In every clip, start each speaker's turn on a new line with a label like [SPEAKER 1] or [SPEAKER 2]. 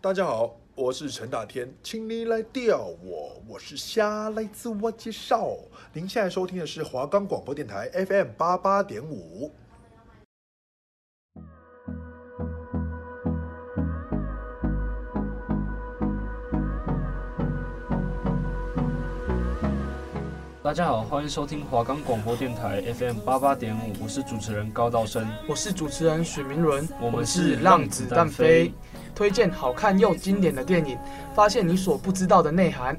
[SPEAKER 1] 大家好，我是陈大天，请你来钓我，我是虾，来自我介绍。您现在收听的是华冈广播电台 FM 八八点五。
[SPEAKER 2] 大家好，欢迎收听华冈广播电台 FM 八八点五，我是主持人高道生。
[SPEAKER 3] 我是主持人许明伦，
[SPEAKER 2] 我们是
[SPEAKER 3] 是
[SPEAKER 2] 让子
[SPEAKER 3] 子
[SPEAKER 2] 弹
[SPEAKER 3] 弹
[SPEAKER 2] 飞
[SPEAKER 3] 飞，推荐好看又经典的电影，发现你所不知道的内涵。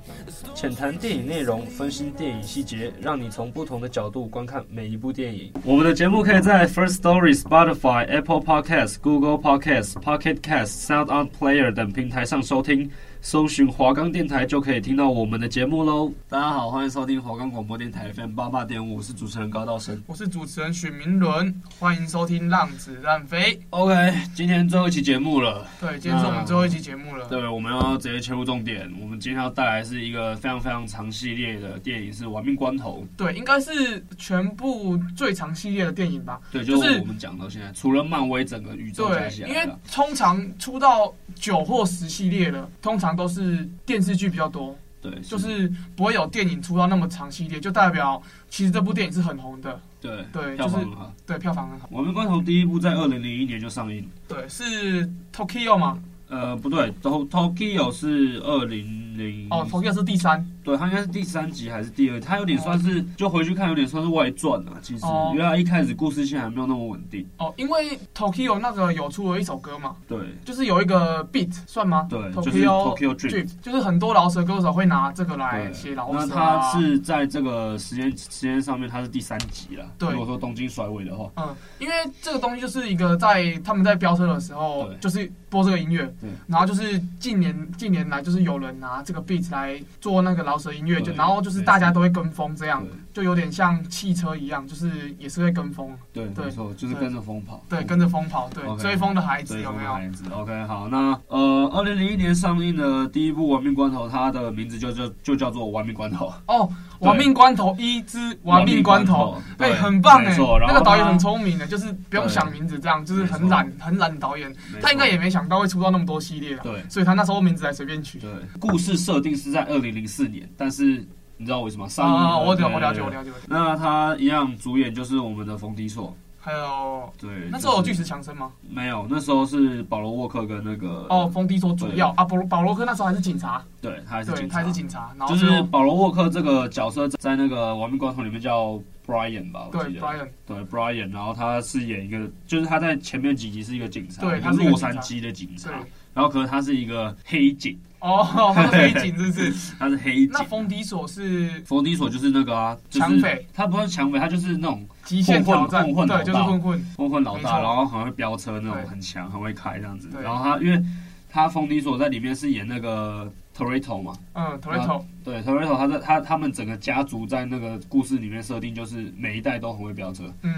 [SPEAKER 2] 浅谈电影内容，分析电影细节，让你从不同的角度观看每一部电影。我们的节目可以在 First Story、Spotify、Apple Podcasts、Google Podcasts、Pocket Casts、Sound On Player 等平台上收听，搜寻华冈电台就可以听到我们的节目喽。大家好，欢迎收听华冈广播电台 FM 八八点五，我是主持人高道生。
[SPEAKER 3] 我是主持人许明伦，欢迎收听《让子弹飞》。
[SPEAKER 2] OK，今天最后一期节目了。
[SPEAKER 3] 对，今天是我们最后一期节目了。
[SPEAKER 2] 对，我们要直接切入重点。我们今天要带来是一个非常非常长系列的电影，是《玩命关头
[SPEAKER 3] 对，应该是全部最长系列的电影吧。》。
[SPEAKER 2] 对，
[SPEAKER 3] 就是
[SPEAKER 2] 就是我们讲到现在，除了漫威整个宇宙加
[SPEAKER 3] 对，啊
[SPEAKER 2] 起
[SPEAKER 3] 因
[SPEAKER 2] 来
[SPEAKER 3] 为
[SPEAKER 2] 啦，
[SPEAKER 3] 通常出到九或十系列了，通常都是电视剧比较多，
[SPEAKER 2] 对，
[SPEAKER 3] 就是不会有电影出到那么长系列，就代表其实这部电影是很红的，
[SPEAKER 2] 对
[SPEAKER 3] 对
[SPEAKER 2] 票
[SPEAKER 3] 就
[SPEAKER 2] 房
[SPEAKER 3] 是
[SPEAKER 2] 很好。
[SPEAKER 3] 对，票房很好。
[SPEAKER 2] 《玩命关头》第一部在二零零一年就上映，
[SPEAKER 3] 对，是 Tokyo 嘛？
[SPEAKER 2] 呃，不对，To-，Tokyo 是二零零
[SPEAKER 3] 哦，Tokyo 是第三。
[SPEAKER 2] 对，它应该是第三集还是第二？它有点算是就回去看，有点算是外传啊。其实，
[SPEAKER 3] 哦
[SPEAKER 2] 因为它一开始故事线还没有那么稳定。
[SPEAKER 3] 哦，因为 Tokyo 那个有出了一首歌嘛，
[SPEAKER 2] 对，
[SPEAKER 3] 就是有一个 beat 算吗？
[SPEAKER 2] 对就是
[SPEAKER 3] Tokyo
[SPEAKER 2] Tokyo Drift
[SPEAKER 3] Drift，就是很多饶舌歌手会拿这个来
[SPEAKER 2] 对，
[SPEAKER 3] 写饶
[SPEAKER 2] 那
[SPEAKER 3] 舌
[SPEAKER 2] 它
[SPEAKER 3] 啊。
[SPEAKER 2] 是在这个时间时间上面，它是第三集了。
[SPEAKER 3] 对
[SPEAKER 2] 如果说东京甩尾的话，
[SPEAKER 3] 嗯，因为这个东西就是一个在他们在飙车的时候
[SPEAKER 2] 对，
[SPEAKER 3] 就是播这个音乐
[SPEAKER 2] 对，
[SPEAKER 3] 然后就是近年近年来就是有人拿这个 beat 来做那个饶舌音乐，就
[SPEAKER 2] 对
[SPEAKER 3] 然后就是大家都会跟风这样
[SPEAKER 2] 对，
[SPEAKER 3] 就有点像汽车一样，就是也是会跟风，
[SPEAKER 2] 对，
[SPEAKER 3] 对
[SPEAKER 2] 没错，就是跟着风跑，
[SPEAKER 3] 对，跟着风跑，对，
[SPEAKER 2] 嗯 OK
[SPEAKER 3] 追风的孩子
[SPEAKER 2] 对
[SPEAKER 3] 有没有？
[SPEAKER 2] 孩子？OK，好，那呃，二零零一年上映的第一部《亡命关头》，它的名字就叫就叫做《亡命关头》。
[SPEAKER 3] 哦，
[SPEAKER 2] 对
[SPEAKER 3] 亡命关头一之亡命关头，哎、
[SPEAKER 2] 对
[SPEAKER 3] 很棒
[SPEAKER 2] 没
[SPEAKER 3] 哎、
[SPEAKER 2] 错，然后
[SPEAKER 3] 那个导演
[SPEAKER 2] 它
[SPEAKER 3] 很，聪明的，欸就是不用想名字，这样就是很懒很懒的导演，
[SPEAKER 2] 没错
[SPEAKER 3] 他应该也没想到会出到那么多系列啊，
[SPEAKER 2] 对
[SPEAKER 3] 所以他那时候名字还随便取。
[SPEAKER 2] 对，故事设定是在二零零四年，但是你知道为什么上映
[SPEAKER 3] 啊，
[SPEAKER 2] 了？
[SPEAKER 3] 我了
[SPEAKER 2] 对
[SPEAKER 3] 我了解
[SPEAKER 2] 对
[SPEAKER 3] 我了解，我了解
[SPEAKER 2] 那他一样主演就是我们的冯迪索，
[SPEAKER 3] 还有
[SPEAKER 2] 对，
[SPEAKER 3] 那时候有巨
[SPEAKER 2] 就是
[SPEAKER 3] 石强森吗？
[SPEAKER 2] 没有，那时候是保罗沃克跟那个
[SPEAKER 3] 哦，，冯迪索主要啊，保罗保罗克那时候还是警察，
[SPEAKER 2] 对，他还是
[SPEAKER 3] 对，
[SPEAKER 2] 警
[SPEAKER 3] 他
[SPEAKER 2] 察
[SPEAKER 3] 还是，警察，然后
[SPEAKER 2] 就是
[SPEAKER 3] 最后
[SPEAKER 2] 保罗沃克这个角色在那个《亡命关头》里面叫 Brian 吧，我记
[SPEAKER 3] 对
[SPEAKER 2] 得
[SPEAKER 3] Brian，
[SPEAKER 2] 对 Brian，然后他饰演一个，就是他在前面几集是一个警察，
[SPEAKER 3] 对
[SPEAKER 2] 一
[SPEAKER 3] 他是一个
[SPEAKER 2] 洛杉矶的警
[SPEAKER 3] 对
[SPEAKER 2] 察，，然后可是他是一个黑警，
[SPEAKER 3] 哦， 他是黑警 是不是？
[SPEAKER 2] 他是黑警
[SPEAKER 3] 那。冯迪索是
[SPEAKER 2] 冯迪索就是那个啊，就是
[SPEAKER 3] 抢匪，
[SPEAKER 2] 他不是抢匪，他就是那种
[SPEAKER 3] 极限挑战，
[SPEAKER 2] 混混混
[SPEAKER 3] 对，就是
[SPEAKER 2] 老大
[SPEAKER 3] 混混，
[SPEAKER 2] 混混老
[SPEAKER 3] 没
[SPEAKER 2] 大，
[SPEAKER 3] 错
[SPEAKER 2] 然后很会飙车那种，
[SPEAKER 3] 对
[SPEAKER 2] 很强，很会开这样子。
[SPEAKER 3] 对
[SPEAKER 2] 然后他因为他冯迪索在里面是演那个 Torito 嘛，
[SPEAKER 3] 嗯，Toretto，
[SPEAKER 2] 对 Torito 他在他他们整个家族在那个故事里面设定就是每一代都很会飙车，
[SPEAKER 3] 嗯。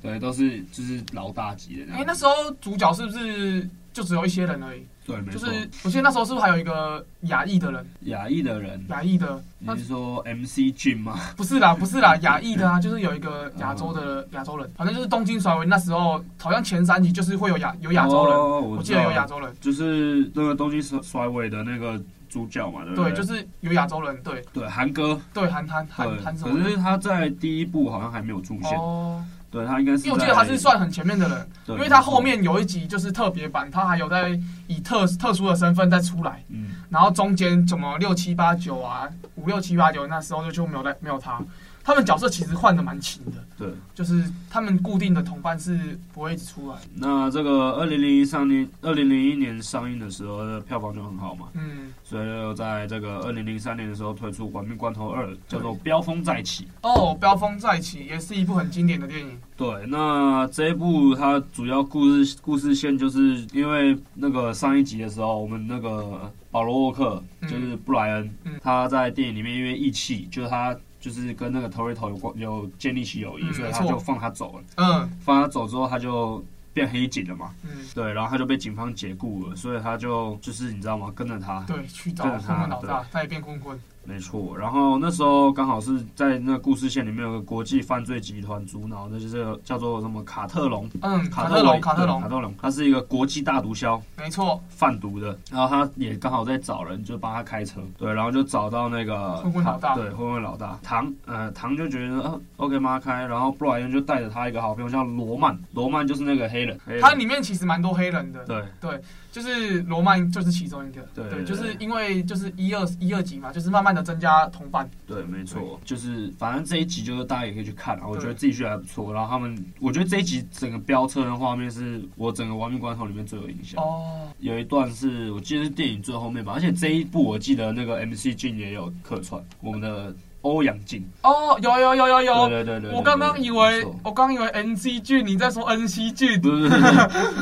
[SPEAKER 2] 对，都是就是老大级的这
[SPEAKER 3] 哎、
[SPEAKER 2] 样。
[SPEAKER 3] 那时候主角是不是就只有一些人而已？
[SPEAKER 2] 对，没
[SPEAKER 3] 就
[SPEAKER 2] 错。
[SPEAKER 3] 是我记得那时候是不是还有一个亚裔的人？
[SPEAKER 2] 亚裔的人，
[SPEAKER 3] 亚裔的，
[SPEAKER 2] 你
[SPEAKER 3] 那
[SPEAKER 2] 是说 MC Jin 吗？
[SPEAKER 3] 不是啦，不是啦，亚裔的啊，就是有一个亚洲的亚洲人，反正就是东京甩尾那时候，好像前三集就是会有亚有亚洲人，
[SPEAKER 2] 哦
[SPEAKER 3] 我
[SPEAKER 2] 我
[SPEAKER 3] 记得有亚
[SPEAKER 2] 洲，
[SPEAKER 3] 洲人，
[SPEAKER 2] 就是那个东京甩甩尾的那个主角嘛，对不
[SPEAKER 3] 对，
[SPEAKER 2] 对？
[SPEAKER 3] 就是有亚洲人，对
[SPEAKER 2] 对韩哥，
[SPEAKER 3] 对，韩韩韩
[SPEAKER 2] 对，
[SPEAKER 3] 韩什
[SPEAKER 2] 可
[SPEAKER 3] 么
[SPEAKER 2] 是
[SPEAKER 3] 的？
[SPEAKER 2] 他在第一部好像还没有出现，
[SPEAKER 3] 哦，
[SPEAKER 2] 对他应该是在，
[SPEAKER 3] 因为我记得他是算很前面的人，
[SPEAKER 2] 对，
[SPEAKER 3] 因为他后面有一集就是特别版，他还有在以特特殊的身份再出来，
[SPEAKER 2] 嗯。
[SPEAKER 3] 然后中间怎么六七八九啊，五六七八九那时候就就没有在没有他，他们角色其实换的蛮勤的，
[SPEAKER 2] 对，
[SPEAKER 3] 就是他们固定的同伴是不会一直出来。
[SPEAKER 2] 那这个二零零一上映，二零零一年上映的时候的票房就很好嘛，
[SPEAKER 3] 嗯，
[SPEAKER 2] 所以又在这个二零零三年的时候推出《玩命关头二》，叫做《飙风再起》。
[SPEAKER 3] 哦，《飙风再起》也是一部很经典的电影。
[SPEAKER 2] 对，那这一部它主要故事故事线就是因为那个上一集的时候，我们那个保罗沃克
[SPEAKER 3] 嗯
[SPEAKER 2] 就是布莱恩，
[SPEAKER 3] 嗯
[SPEAKER 2] 他在电影里面因为义气，就是他就是跟那个 Torito 有关有建立起友谊，
[SPEAKER 3] 嗯
[SPEAKER 2] 所以
[SPEAKER 3] 没
[SPEAKER 2] 他
[SPEAKER 3] 错
[SPEAKER 2] 就放他走了。
[SPEAKER 3] 嗯
[SPEAKER 2] 放他走之后，他就变黑警了嘛，
[SPEAKER 3] 嗯，
[SPEAKER 2] 对，然后他就被警方解雇了，所以他就就是你知道吗？跟着他，
[SPEAKER 3] 对，去找
[SPEAKER 2] 对
[SPEAKER 3] 混混老
[SPEAKER 2] 他
[SPEAKER 3] 大，他也变混混。
[SPEAKER 2] 没错，然后那时候刚好是在那故事线里面有个国际犯罪集团主脑，那就是叫做什么卡特隆，
[SPEAKER 3] 嗯，卡
[SPEAKER 2] 特
[SPEAKER 3] 特
[SPEAKER 2] 隆，
[SPEAKER 3] 隆，卡特
[SPEAKER 2] 对卡
[SPEAKER 3] 隆，
[SPEAKER 2] 特隆，他是一个国际大毒枭，
[SPEAKER 3] 没错，
[SPEAKER 2] 贩毒的，然后他也刚好在找人，就帮他开车，对，然后就找到那个
[SPEAKER 3] 混混老大
[SPEAKER 2] 对，混混老大唐，呃，唐就觉得啊，OK，帮他开，然后布莱恩就带着他一个好朋友叫罗曼，罗曼就是那个黑人，黑人
[SPEAKER 3] 它里面其实蛮多黑人的，
[SPEAKER 2] 对，
[SPEAKER 3] 就是罗曼就是其中一个，
[SPEAKER 2] 对对
[SPEAKER 3] 对，
[SPEAKER 2] 对
[SPEAKER 3] 就是因为就是一二一二集嘛，就是慢慢的增加同伴，
[SPEAKER 2] 对，没错，就是反正这一集就是大家也可以去看啊，我
[SPEAKER 3] 对
[SPEAKER 2] 觉得自己去还不错。然后他们，我觉得这一集整个飙车的画面是我整个《亡命关头》里面最有印象。
[SPEAKER 3] 哦，
[SPEAKER 2] 有一段是我记得是电影最后面吧，而且这一部我记得那个 MC 镜也有客串，我们的欧阳 靖。
[SPEAKER 3] 哦，有有有有
[SPEAKER 2] 对
[SPEAKER 3] 有，
[SPEAKER 2] 对对对，
[SPEAKER 3] 我刚刚以为
[SPEAKER 2] 不错
[SPEAKER 3] 我刚以为 N C 俊你在说 N C 俊，
[SPEAKER 2] 不是不是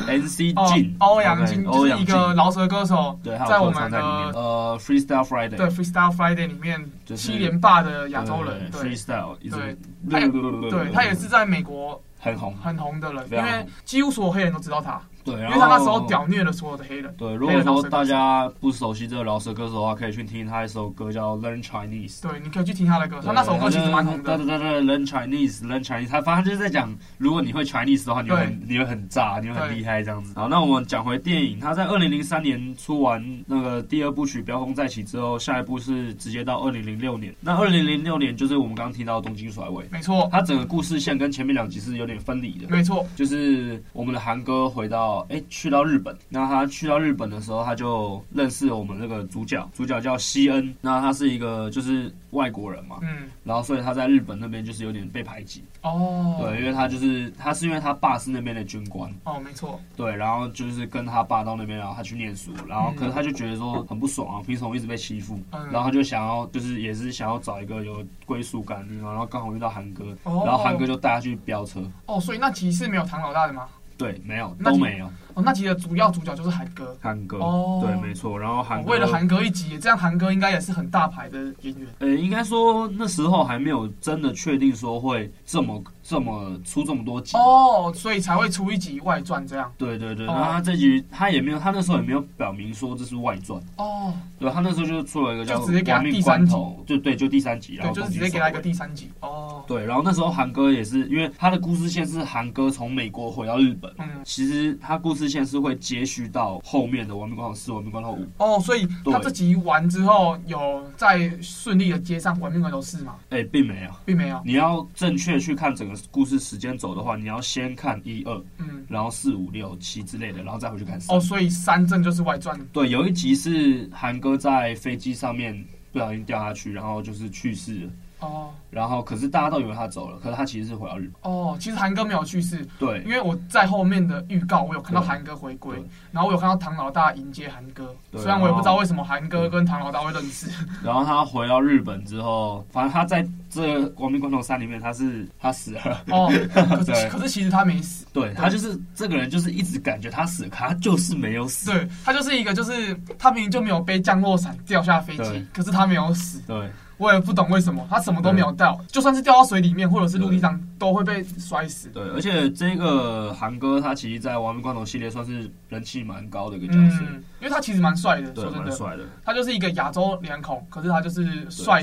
[SPEAKER 2] MC
[SPEAKER 3] 哦
[SPEAKER 2] 镜，，
[SPEAKER 3] 欧阳靖
[SPEAKER 2] 嗯 OK，
[SPEAKER 3] 就
[SPEAKER 2] 欧
[SPEAKER 3] 是
[SPEAKER 2] 阳
[SPEAKER 3] 一个
[SPEAKER 2] 靖，
[SPEAKER 3] 饶舌歌手，
[SPEAKER 2] 对，还
[SPEAKER 3] 在
[SPEAKER 2] 有
[SPEAKER 3] 我
[SPEAKER 2] 客串
[SPEAKER 3] 们
[SPEAKER 2] 在里面。
[SPEAKER 3] 的
[SPEAKER 2] 呃，Freestyle Friday，
[SPEAKER 3] 对 Freestyle Friday 里面
[SPEAKER 2] 就是
[SPEAKER 3] 七连霸的亚洲人，对
[SPEAKER 2] ，Freestyle，一直
[SPEAKER 3] 对，他也对
[SPEAKER 2] 对
[SPEAKER 3] 他也是在美国
[SPEAKER 2] 很红，
[SPEAKER 3] 很红的人，
[SPEAKER 2] 非
[SPEAKER 3] 因
[SPEAKER 2] 常红
[SPEAKER 3] 为几乎所有黑人都知道他，
[SPEAKER 2] 对，因
[SPEAKER 3] 因为他那时候屌虐了所有的黑人。
[SPEAKER 2] 对，如果说大家不熟悉这个饶舌歌手的话，可以去听他一首歌叫《Learn Chinese》。
[SPEAKER 3] 对，你可以去听他的歌，他那首歌其实蛮红
[SPEAKER 2] 对
[SPEAKER 3] 的。
[SPEAKER 2] 对对对，Learn Chinese，Learn Chinese，他反正就是在讲，如果你会 Chinese 的话，你会很你会很炸，你会很厉害这样子。好，那我们讲回电影，他在二零零三年出完那个第二部曲《飙风再起》之后，下一部是直接到二零零六年。那二零零六年就是我们刚刚听到的《东京甩尾》，
[SPEAKER 3] 没错，
[SPEAKER 2] 它整个故事线跟前面两集是有点分离的。
[SPEAKER 3] 没错，
[SPEAKER 2] 就是我们的韩哥回到哎、去到日本，那他去到日本的时候，他就认识了我们那个主角，主角叫西恩，那他是一个就是外国人嘛，
[SPEAKER 3] 嗯，
[SPEAKER 2] 然后所以他在日本那边就是有点被排挤，
[SPEAKER 3] 哦，
[SPEAKER 2] 对，因为他就是他是因为他爸是那边的军官，
[SPEAKER 3] 哦，没错，
[SPEAKER 2] 对，然后就是跟他爸到那边，然后他去念书，然后可是他就觉得说很不爽啊，凭什么一直被欺负，
[SPEAKER 3] 嗯，
[SPEAKER 2] 然后他就想要就是也是想要找一个有归属感的地方，然后刚好遇到韩哥，
[SPEAKER 3] 哦
[SPEAKER 2] 然后韩哥就带他去飙车，
[SPEAKER 3] 哦，所以那集是没有唐老大的吗？
[SPEAKER 2] 对，没有
[SPEAKER 3] 那
[SPEAKER 2] 都
[SPEAKER 3] 你
[SPEAKER 2] 没有。
[SPEAKER 3] 哦，那集的主要主角就是韩哥，
[SPEAKER 2] 韩哥，
[SPEAKER 3] 哦
[SPEAKER 2] 对，没错。然后韩
[SPEAKER 3] 哦
[SPEAKER 2] 哥
[SPEAKER 3] 为了韩哥一集，这样韩哥应该也是很大牌的演员。
[SPEAKER 2] 呃，应该说那时候还没有真的确定说会这么这么出这么多集。
[SPEAKER 3] 哦，所以才会出一集外传这样。
[SPEAKER 2] 对对对，
[SPEAKER 3] 哦
[SPEAKER 2] 然后他这集他也没有，他那时候也没有表明说这是外传，
[SPEAKER 3] 哦，
[SPEAKER 2] 对他那时候就出了一个叫
[SPEAKER 3] 就直接
[SPEAKER 2] 《
[SPEAKER 3] 给他
[SPEAKER 2] 亡命
[SPEAKER 3] 第三
[SPEAKER 2] 关
[SPEAKER 3] 集
[SPEAKER 2] 头》，就对，就第三集，然
[SPEAKER 3] 对，
[SPEAKER 2] 后
[SPEAKER 3] 就是
[SPEAKER 2] 东
[SPEAKER 3] 直
[SPEAKER 2] 京
[SPEAKER 3] 接给他一个
[SPEAKER 2] 守卫
[SPEAKER 3] 第三集。哦，
[SPEAKER 2] 对，然后那时候韩哥也是，因为他的故事线是韩哥从美国回到日本，
[SPEAKER 3] 嗯，
[SPEAKER 2] 其实他故事线是会接续到后面的《亡命关头四》《亡命关头五》。
[SPEAKER 3] 哦，所以他
[SPEAKER 2] 对
[SPEAKER 3] 这集完之后，有再顺利的接上《玩命关头四》吗？
[SPEAKER 2] 哎，并没有，
[SPEAKER 3] 并没有。
[SPEAKER 2] 你要正确去看整个故事时间走的话，你要先看一二，
[SPEAKER 3] 嗯，
[SPEAKER 2] 然后四五六七之类的，然后再回去看三。
[SPEAKER 3] 哦，所以三正就是外传。
[SPEAKER 2] 对，有一集是韩哥在飞机上面不小心掉下去，然后就是去世了。
[SPEAKER 3] 哦
[SPEAKER 2] 然后可是大家都以为他走了，可是他其实是回到日本。
[SPEAKER 3] 哦，其实韩哥没有去世，因
[SPEAKER 2] 对
[SPEAKER 3] 为我在后面的预告，我有看到韩哥回归
[SPEAKER 2] 对，
[SPEAKER 3] 然后我有看到唐老大迎接韩哥，
[SPEAKER 2] 对哦
[SPEAKER 3] 虽然我也不知道为什么韩哥跟唐老大会认识。
[SPEAKER 2] 然后他回到日本之后，反正他在这《亡命关头三》里面，他是他死了。
[SPEAKER 3] 哦，可
[SPEAKER 2] 对
[SPEAKER 3] 是可是其实他没死，
[SPEAKER 2] 对他就是这个人，就是一直感觉他死了，可他就是没有死。
[SPEAKER 3] 对他就是一个就是他明明就没有背降落伞掉下飞
[SPEAKER 2] 对
[SPEAKER 3] 机，可是他没有死，
[SPEAKER 2] 对
[SPEAKER 3] 我也不懂为什么，他什么都没有到，就算是掉到水里面或者是陆地上都会被摔死。
[SPEAKER 2] 对，而且这个韩哥他其实，在《亡命关头》系列算是人气蛮高的一个角色。
[SPEAKER 3] 嗯，因为他其实蛮帅的，
[SPEAKER 2] 对
[SPEAKER 3] 说，真
[SPEAKER 2] 蛮
[SPEAKER 3] 的，
[SPEAKER 2] 帅的。
[SPEAKER 3] 他就是一个亚洲脸孔，可是他就是帅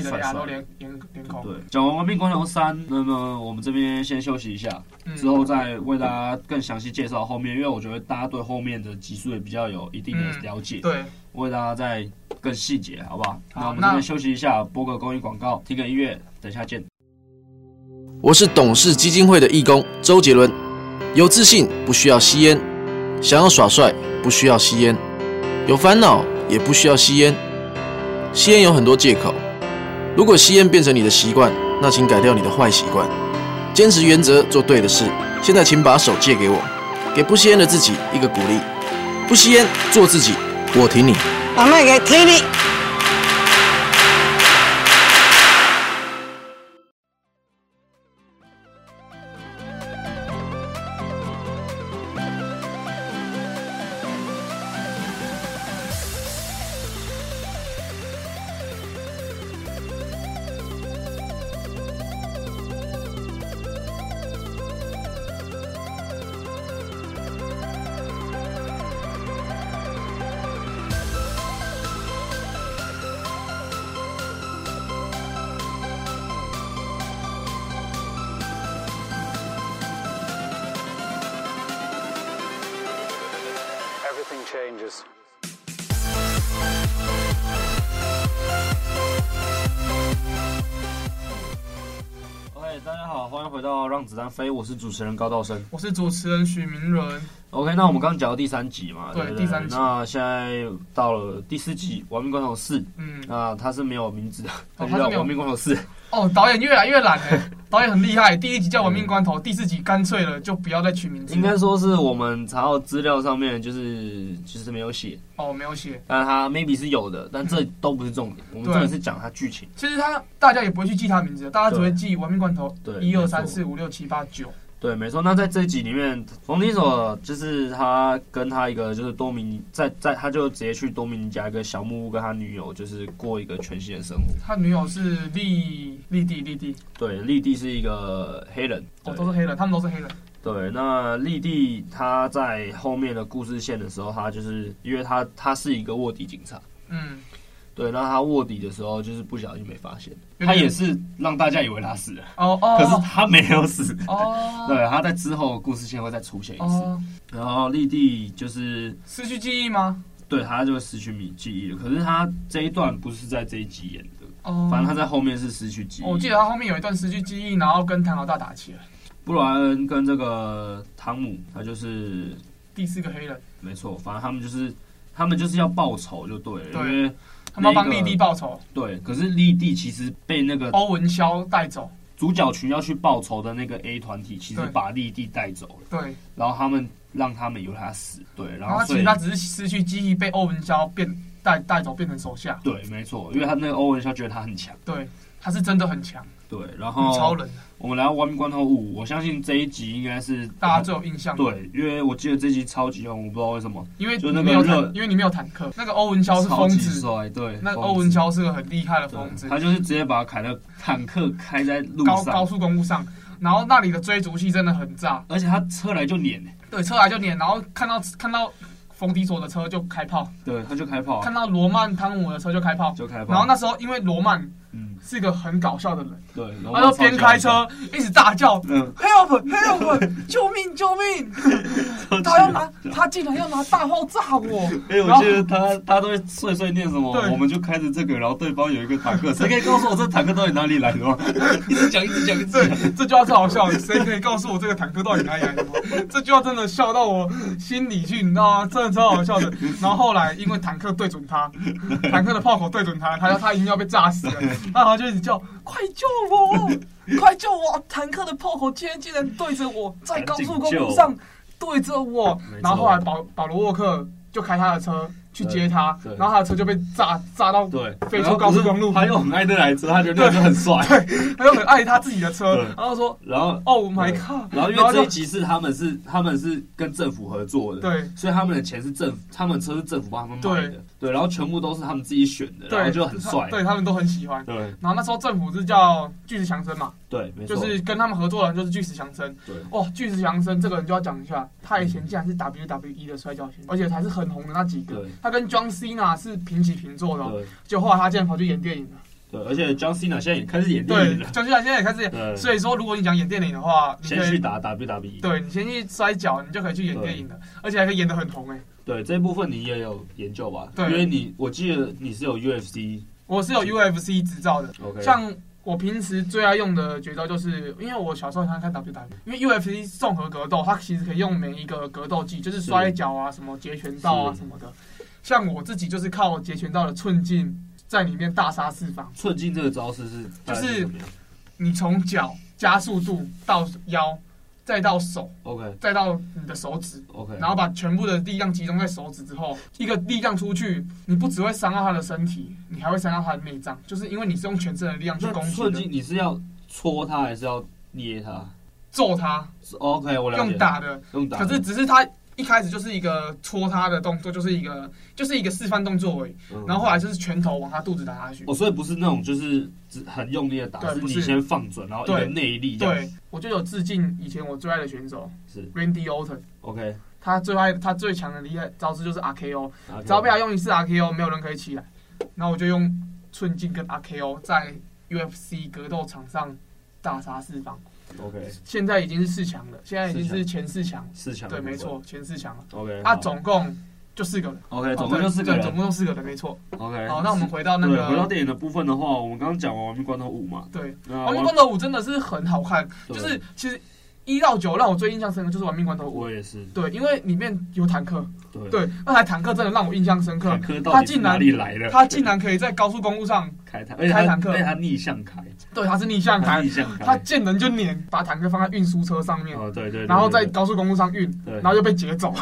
[SPEAKER 2] 帅
[SPEAKER 3] 的
[SPEAKER 2] 帅
[SPEAKER 3] 亚洲脸脸脸孔。
[SPEAKER 2] 对，讲完《亡命关头三》，那么我们这边先休息一下，
[SPEAKER 3] 嗯
[SPEAKER 2] 之后再为大家更详细介绍后面，因为我觉得大家对后面的集数也比较有一定的了解，
[SPEAKER 3] 嗯对，
[SPEAKER 2] 为大家再更细节，好不好？
[SPEAKER 3] 好
[SPEAKER 2] 那我们
[SPEAKER 3] 那
[SPEAKER 2] 这边休息一下，播个公益广告，听个音乐，等一下见。
[SPEAKER 4] 我是董事基金会的义工周杰伦。有自信不需要吸烟，想要耍帅不需要吸烟，有烦恼也不需要吸烟。吸烟有很多借口，如果吸烟变成你的习惯，那请改掉你的坏习惯，坚持原则，做对的事。现在请把手借给我，给不吸烟的自己一个鼓励。不吸烟，做自己，我挺你。
[SPEAKER 5] 我们也听你。
[SPEAKER 6] 我
[SPEAKER 5] changes.
[SPEAKER 2] OK，大家好，欢迎回到《让子弹飞》，我是主持人高道生。
[SPEAKER 3] 我是主持人许明伦，
[SPEAKER 2] OK，那我们刚刚讲到第三集嘛，
[SPEAKER 3] 对
[SPEAKER 2] 对不
[SPEAKER 3] 第三集
[SPEAKER 2] 那现在到了第四集《亡命关头四》，
[SPEAKER 3] 嗯，
[SPEAKER 2] 那它是没有名字的， 它
[SPEAKER 3] 哦
[SPEAKER 2] 就
[SPEAKER 3] 它
[SPEAKER 2] 叫
[SPEAKER 3] 是
[SPEAKER 2] 《
[SPEAKER 3] 没有
[SPEAKER 2] 亡命关头四》。
[SPEAKER 3] 哦，导演越来越懒了，导演很厉害，第一集叫《亡命关头》，第四集干脆了就不要再取名字，
[SPEAKER 2] 应该说是我们查到资料上面就是就是没有写，
[SPEAKER 3] 哦没有写。
[SPEAKER 2] 但它 maybe 是有的，但这都不是重点，我们
[SPEAKER 3] 对
[SPEAKER 2] 重点是讲它剧情。
[SPEAKER 3] 其实他大家也不会去记他名字，大家只会记《亡命关头
[SPEAKER 2] 对》
[SPEAKER 3] 一二
[SPEAKER 2] 没错
[SPEAKER 3] 三四五六七八九，
[SPEAKER 2] 对，没错。那在这一集里面，冯提索就是他跟他一个就是多米尼在在他就直接去多米尼加一个小木屋，跟他女友就是过一个全新的生活。
[SPEAKER 3] 他女友是丽丽蒂丽蒂，
[SPEAKER 2] 对，丽蒂是一个黑人，
[SPEAKER 3] 哦
[SPEAKER 2] 对
[SPEAKER 3] 都是黑人，他们都是黑人，
[SPEAKER 2] 对，那丽蒂她在后面的故事线的时候，她就是因为她她是一个卧底警察，
[SPEAKER 3] 嗯，
[SPEAKER 2] 对，那她卧底的时候就是不小心被发现，
[SPEAKER 3] 有点
[SPEAKER 2] 她也是让大家以为她死了，
[SPEAKER 3] 哦
[SPEAKER 2] 可是
[SPEAKER 3] 哦
[SPEAKER 2] 她没有死。
[SPEAKER 3] 哦
[SPEAKER 2] 对，她在之后的故事线会再出现一次，
[SPEAKER 3] 哦，
[SPEAKER 2] 然后丽蒂就是
[SPEAKER 3] 失去记忆吗？
[SPEAKER 2] 对她就失去米记忆了。可是她这一段不是在这一集演的，
[SPEAKER 3] 哦，
[SPEAKER 2] 反正她在后面是失去记忆。
[SPEAKER 3] 哦我记得他后面有一段失去记忆，然后跟唐老大打起了，
[SPEAKER 2] 布莱恩跟这个汤姆，他就是
[SPEAKER 3] 第四个黑人，
[SPEAKER 2] 没错，反正他们就是他们就是要报仇就对了，
[SPEAKER 3] 对
[SPEAKER 2] 因为
[SPEAKER 3] 他们要帮
[SPEAKER 2] 那
[SPEAKER 3] 丽
[SPEAKER 2] 个
[SPEAKER 3] 蒂报仇，
[SPEAKER 2] 对，可是丽蒂其实被那个
[SPEAKER 3] 欧文肖带走，
[SPEAKER 2] 主角群要去报仇的那个 A 团体，其实
[SPEAKER 3] 对
[SPEAKER 2] 把丽蒂带走了，
[SPEAKER 3] 对，
[SPEAKER 2] 然后他们让他们以为他死，对，然
[SPEAKER 3] 然后
[SPEAKER 2] 后
[SPEAKER 3] 他其
[SPEAKER 2] 所以
[SPEAKER 3] 实他只是失去记忆，被欧文肖变带带走变成手下，
[SPEAKER 2] 对，没错，因为他那个欧文肖觉得他很强，
[SPEAKER 3] 对，他是真的很强，
[SPEAKER 2] 对，然
[SPEAKER 3] 很嗯超
[SPEAKER 2] 后
[SPEAKER 3] 人，
[SPEAKER 2] 我们来到《亡命关头五》，我相信这一集应该是
[SPEAKER 3] 大家最有印象，，
[SPEAKER 2] 对，因为我记得这集超级红，我不知道为什么
[SPEAKER 3] 因为
[SPEAKER 2] 就
[SPEAKER 3] 你
[SPEAKER 2] 那个
[SPEAKER 3] 没有
[SPEAKER 2] 热
[SPEAKER 3] 坦，因为你没有坦克，那个欧文肖是
[SPEAKER 2] 超
[SPEAKER 3] 疯
[SPEAKER 2] 级
[SPEAKER 3] 子，
[SPEAKER 2] 帅，对，
[SPEAKER 3] 那个
[SPEAKER 2] 疯
[SPEAKER 3] 欧文
[SPEAKER 2] 子
[SPEAKER 3] 肖是个很厉害的疯子
[SPEAKER 2] 对，他就是直接把凯勒坦克开在路
[SPEAKER 3] 高高
[SPEAKER 2] 上，
[SPEAKER 3] 速公路上，然后那里的追逐戏真的很炸，
[SPEAKER 2] 而且他车来就碾，
[SPEAKER 3] 对，车来就撵，然后看到看到冯迪索的车就开炮，
[SPEAKER 2] 对，他就开炮，
[SPEAKER 3] 看到罗曼汤姆的车就开炮，
[SPEAKER 2] 就开炮，
[SPEAKER 3] 然后那时候因为罗曼
[SPEAKER 2] 嗯，
[SPEAKER 3] 是一个很搞笑的人，
[SPEAKER 2] 对，然
[SPEAKER 3] 他就边开车一直大叫
[SPEAKER 2] 嗯，
[SPEAKER 3] help help 救命救命，他要拿他竟然要拿大炮炸我，
[SPEAKER 2] 哎、我
[SPEAKER 3] 然后
[SPEAKER 2] 记得他他都会碎碎念什么
[SPEAKER 3] 对，
[SPEAKER 2] 我们就开着这个，然后对方有一个坦克，谁可以告诉我这坦克到底哪里来的吗？一直讲，一直讲，一直
[SPEAKER 3] 对
[SPEAKER 2] 讲。，
[SPEAKER 3] 这句话最好笑了。谁可以告诉我这个坦克到底哪里来的吗？这句话真的笑到我心里去，你知道吗？真的超好笑的。然后后来因为坦克对准他，坦克的炮口对准他，他要他已经要被炸死了，然后他就一直叫：“快救我！快救我！坦克的炮口竟然竟然对着我，在高速公路上对着我
[SPEAKER 2] 没错。”
[SPEAKER 3] 然后后来保保罗沃克就开他的车去接他
[SPEAKER 2] 对，对
[SPEAKER 3] 然后他的车就被炸炸到，
[SPEAKER 2] 对，
[SPEAKER 3] 飞出高速公路
[SPEAKER 2] 他又很爱那台车，他觉得那台车很帅。
[SPEAKER 3] 他就很爱他自己的车
[SPEAKER 2] 对，
[SPEAKER 3] 然后说
[SPEAKER 2] 然后，
[SPEAKER 3] ：“Oh my
[SPEAKER 2] 对
[SPEAKER 3] god！”
[SPEAKER 2] 然后因为这
[SPEAKER 3] 就
[SPEAKER 2] 一集是他们是他们是跟政府合作的，，
[SPEAKER 3] 对。
[SPEAKER 2] 所以他们的钱是政府，他们的车是政府帮他们买的，对，然后全部都是他们自己选的，
[SPEAKER 3] 对，
[SPEAKER 2] 然后就很帅，
[SPEAKER 3] 对他们都很喜欢。
[SPEAKER 2] 对
[SPEAKER 3] 然后那时候政府是叫巨石强森嘛，
[SPEAKER 2] 对，没错，
[SPEAKER 3] 就是跟他们合作的人就是巨石强森。
[SPEAKER 2] 对嗯
[SPEAKER 3] 哦，巨石强森这个人就要讲一下，他以前竟然是 WWE 的摔跤选手，而且还是很红的那几个
[SPEAKER 2] 对。
[SPEAKER 3] 他跟 John Cena 是平起平坐的、哦，
[SPEAKER 2] 对
[SPEAKER 3] 就后来他竟然跑去演电影了。
[SPEAKER 2] 对，而且 John Cena 现在也开始演电
[SPEAKER 3] 对
[SPEAKER 2] 影了，
[SPEAKER 3] ，John Cena 现在也开始
[SPEAKER 2] 嗯对
[SPEAKER 3] 演，所以说如果你想演电影的话，你
[SPEAKER 2] 先
[SPEAKER 3] 可
[SPEAKER 2] 去
[SPEAKER 3] 以。
[SPEAKER 2] 打 E WWE，
[SPEAKER 3] 对你先去摔跤，你就可以去演电影了，而且还可以演得很红哎、
[SPEAKER 2] 对这部分你也有研究吧？
[SPEAKER 3] 对
[SPEAKER 2] 因为你我记得你是有 UFC，
[SPEAKER 3] 我是有 UFC 执照的，
[SPEAKER 2] OK，
[SPEAKER 3] 像我平时最爱用的绝招，就是因为我小时候很爱看 WWE，因为 UFC 综合格斗，它其实可以用每一个格斗技，就是摔跤啊、什么截拳道啊
[SPEAKER 2] 是
[SPEAKER 3] 什么的。像我自己就是靠截拳道的寸劲在里面大杀四方，
[SPEAKER 2] 寸进这个招式是大概
[SPEAKER 3] 就是
[SPEAKER 2] 怎么样
[SPEAKER 3] 你从脚加速度到腰，再到手，
[SPEAKER 2] OK
[SPEAKER 3] 再到你的手指。
[SPEAKER 2] OK，
[SPEAKER 3] 然后把全部的力量集中在手指之后，一个力量出去，你不只会伤到他的身体，你还会伤到他的内脏，就是因为你是用全身的力量去攻
[SPEAKER 2] 那
[SPEAKER 3] 击
[SPEAKER 2] 寸
[SPEAKER 3] 的，
[SPEAKER 2] 进你是要戳他还是要捏他
[SPEAKER 3] 揍他，
[SPEAKER 2] 是？OK，我了解
[SPEAKER 3] 用打的，
[SPEAKER 2] 用打的，
[SPEAKER 3] 可是只是他一开始就是一个戳他的动作，就是一个就是一个示范动作而已。
[SPEAKER 2] 嗯
[SPEAKER 3] 然后后来就是拳头往他肚子打下去。
[SPEAKER 2] 哦，所以不是那种就是只很用力的打，
[SPEAKER 3] 对
[SPEAKER 2] 是
[SPEAKER 3] 不
[SPEAKER 2] 你
[SPEAKER 3] 是
[SPEAKER 2] 先放准，然后一个
[SPEAKER 3] 对
[SPEAKER 2] 内力这样
[SPEAKER 3] 对，我就有致敬以前我最爱的选手
[SPEAKER 2] 是
[SPEAKER 3] Randy Orton，
[SPEAKER 2] OK，
[SPEAKER 3] 他最爱他最强的厉害招式就是 RKO，
[SPEAKER 2] 然后
[SPEAKER 3] 只要被他用一次 RKO，没有人可以起来。然后我就用寸劲跟 RKO 在 UFC 格斗场上大杀四方，
[SPEAKER 2] OK
[SPEAKER 3] 现在已经是四强了，现在已经
[SPEAKER 2] 四强
[SPEAKER 3] 是前四强，
[SPEAKER 2] 四强
[SPEAKER 3] 对，没错，前四强了。
[SPEAKER 2] OK，
[SPEAKER 3] 他
[SPEAKER 2] 好
[SPEAKER 3] 啊总共就四个人，
[SPEAKER 2] OK，总共就四个
[SPEAKER 3] 哦对总
[SPEAKER 2] 人。
[SPEAKER 3] 共就四个人，没错。
[SPEAKER 2] OK，
[SPEAKER 3] 好，那我们回到那
[SPEAKER 2] 对回到
[SPEAKER 3] 个
[SPEAKER 2] 电影的部分的话，我们刚刚讲完《亡命关头五》嘛，
[SPEAKER 3] 对
[SPEAKER 2] 那
[SPEAKER 3] 《亡命哦关头五》真的是很好看，
[SPEAKER 2] 对
[SPEAKER 3] 就是其实一到九让我最印象深刻就是《亡命关头五》。
[SPEAKER 2] 我也是，
[SPEAKER 3] 对，因为里面有坦克，
[SPEAKER 2] 对，
[SPEAKER 3] 对，那台坦克真的让我印象深刻
[SPEAKER 2] 坦。克到
[SPEAKER 3] 他
[SPEAKER 2] 底是
[SPEAKER 3] 竟
[SPEAKER 2] 哪
[SPEAKER 3] 然
[SPEAKER 2] 里来的？
[SPEAKER 3] 他竟然可以在高速公路上，
[SPEAKER 2] 开坦，而且
[SPEAKER 3] 开
[SPEAKER 2] 他
[SPEAKER 3] 坦克
[SPEAKER 2] 而且他逆向开，
[SPEAKER 3] 对，他是逆向
[SPEAKER 2] 他
[SPEAKER 3] 开
[SPEAKER 2] 逆，向
[SPEAKER 3] 他
[SPEAKER 2] 开，
[SPEAKER 3] 见人就撵，把坦克放在运输车上面，
[SPEAKER 2] 哦对对，对
[SPEAKER 3] 然后在
[SPEAKER 2] 对
[SPEAKER 3] 高速公路上运，
[SPEAKER 2] 对
[SPEAKER 3] 然后就被 劫走，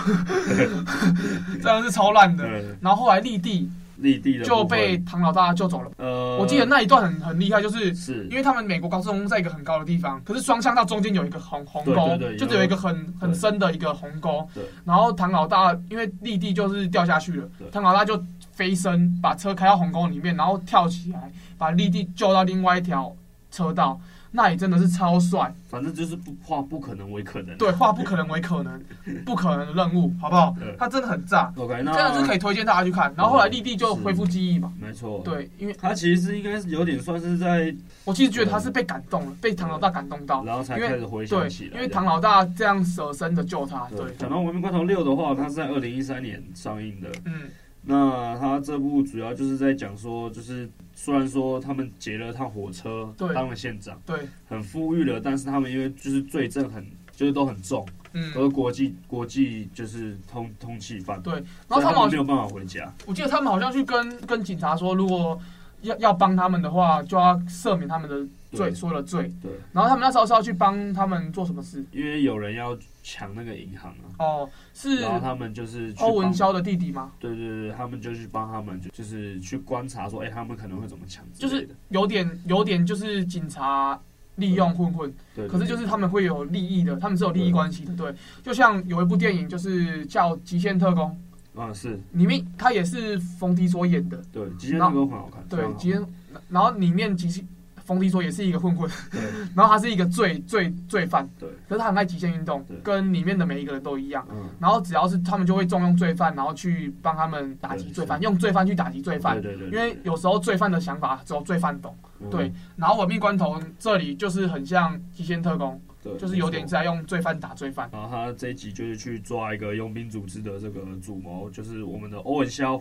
[SPEAKER 3] 真的是超烂的。
[SPEAKER 2] 对
[SPEAKER 3] 然后后来立地
[SPEAKER 2] 立地的
[SPEAKER 3] 就
[SPEAKER 2] 部分
[SPEAKER 3] 被唐老大救走了。
[SPEAKER 2] 呃，
[SPEAKER 3] 我记得那一段很很厉害，就是
[SPEAKER 2] 是
[SPEAKER 3] 因为他们美国高速公路在一个很高的地方，可是双向道中间有一个鸿鸿沟，
[SPEAKER 2] 对对对
[SPEAKER 3] 就只
[SPEAKER 2] 有
[SPEAKER 3] 有一个很很深的一个鸿沟
[SPEAKER 2] 对。
[SPEAKER 3] 然后唐老大因为立地就是掉下去了
[SPEAKER 2] 对，
[SPEAKER 3] 唐老大就飞身把车开到鸿沟里面，然后跳起来把立地救到另外一条车道。那也真的是 超帅，
[SPEAKER 2] 反正就是不化不可能为可能。
[SPEAKER 3] 对，化不可能为可 能，不可能的任务，好不好
[SPEAKER 2] 对？
[SPEAKER 3] 他真的很炸，
[SPEAKER 2] ，OK，那
[SPEAKER 3] 真的是可以推荐大家去看。然后后来立地就恢复记忆嘛，
[SPEAKER 2] 没错，，
[SPEAKER 3] 对，因为
[SPEAKER 2] 他其实应该是有点算是在，
[SPEAKER 3] 我其实觉得他是被感动了，被唐老大感动到，
[SPEAKER 2] 嗯然后才
[SPEAKER 3] 因为
[SPEAKER 2] 开始回想
[SPEAKER 3] 对
[SPEAKER 2] 起，来，
[SPEAKER 3] 因为唐老大这样舍身的救他，对，
[SPEAKER 2] 呃讲到《亡命关头六》的话，它是在二零一三年上映的。
[SPEAKER 3] 嗯，
[SPEAKER 2] 那它这部主要就是在讲说，就是虽然说他们劫了趟火车，
[SPEAKER 3] 对
[SPEAKER 2] 当了县长，
[SPEAKER 3] 对，
[SPEAKER 2] 很富裕了，但是他们因为就是罪证很，就是都很重，
[SPEAKER 3] 嗯，
[SPEAKER 2] 都是国际国际就是通通缉犯，
[SPEAKER 3] 对。
[SPEAKER 2] 所
[SPEAKER 3] 然后
[SPEAKER 2] 以
[SPEAKER 3] 他
[SPEAKER 2] 他
[SPEAKER 3] 们好
[SPEAKER 2] 们没
[SPEAKER 3] 像，
[SPEAKER 2] 有办法回家。
[SPEAKER 3] 我记得他们好像去跟跟警察说，如果要要帮他们的话，就要赦免他们的罪，
[SPEAKER 2] 对
[SPEAKER 3] 说了罪。
[SPEAKER 2] 对，
[SPEAKER 3] 然后他们那时候是要去帮他们做什么事？
[SPEAKER 2] 因为有人要抢那个银行啊，
[SPEAKER 3] 哦，是
[SPEAKER 2] 然后他们就是去
[SPEAKER 3] 欧文
[SPEAKER 2] 帮
[SPEAKER 3] 霄的弟弟吗？
[SPEAKER 2] 对对对，他们就去帮他们，就就是去观察说，哎、他们可能会怎么抢之
[SPEAKER 3] 就
[SPEAKER 2] 类
[SPEAKER 3] 是
[SPEAKER 2] 的，
[SPEAKER 3] 有点有点就是警察利用混混，
[SPEAKER 2] 对对
[SPEAKER 3] 可是就是他们会有利益的，他们是有利益
[SPEAKER 2] 对
[SPEAKER 3] 关系的，对。就像有一部电影就是叫《极限特工》，
[SPEAKER 2] 嗯是
[SPEAKER 3] 里面他也是冯迪所演的，
[SPEAKER 2] 对，极限特工很好看，非
[SPEAKER 3] 对
[SPEAKER 2] 常，好
[SPEAKER 3] 极限，然后里面极限冯迪说也是一个混 混，
[SPEAKER 2] 对
[SPEAKER 3] 然后他是一个罪罪罪犯，
[SPEAKER 2] 对，
[SPEAKER 3] 可是他很爱极限运动
[SPEAKER 2] 对，
[SPEAKER 3] 跟里面的每一个人都一样。
[SPEAKER 2] 嗯，
[SPEAKER 3] 然后只要是他们就会重用罪犯，然后去帮他们打击
[SPEAKER 2] 对
[SPEAKER 3] 罪犯，用罪犯去打击罪犯
[SPEAKER 2] 对，对对，
[SPEAKER 3] 因为有时候罪犯的想法只有罪犯懂。
[SPEAKER 2] 嗯
[SPEAKER 3] 对，然后《亡命关头》这里就是很像《极限特工
[SPEAKER 2] 对》，，
[SPEAKER 3] 就是有点
[SPEAKER 2] 没错。
[SPEAKER 3] 在用罪犯打罪犯。
[SPEAKER 2] 然后他这一集就是去抓一个佣兵组织的这个主谋，就是我们的欧文肖，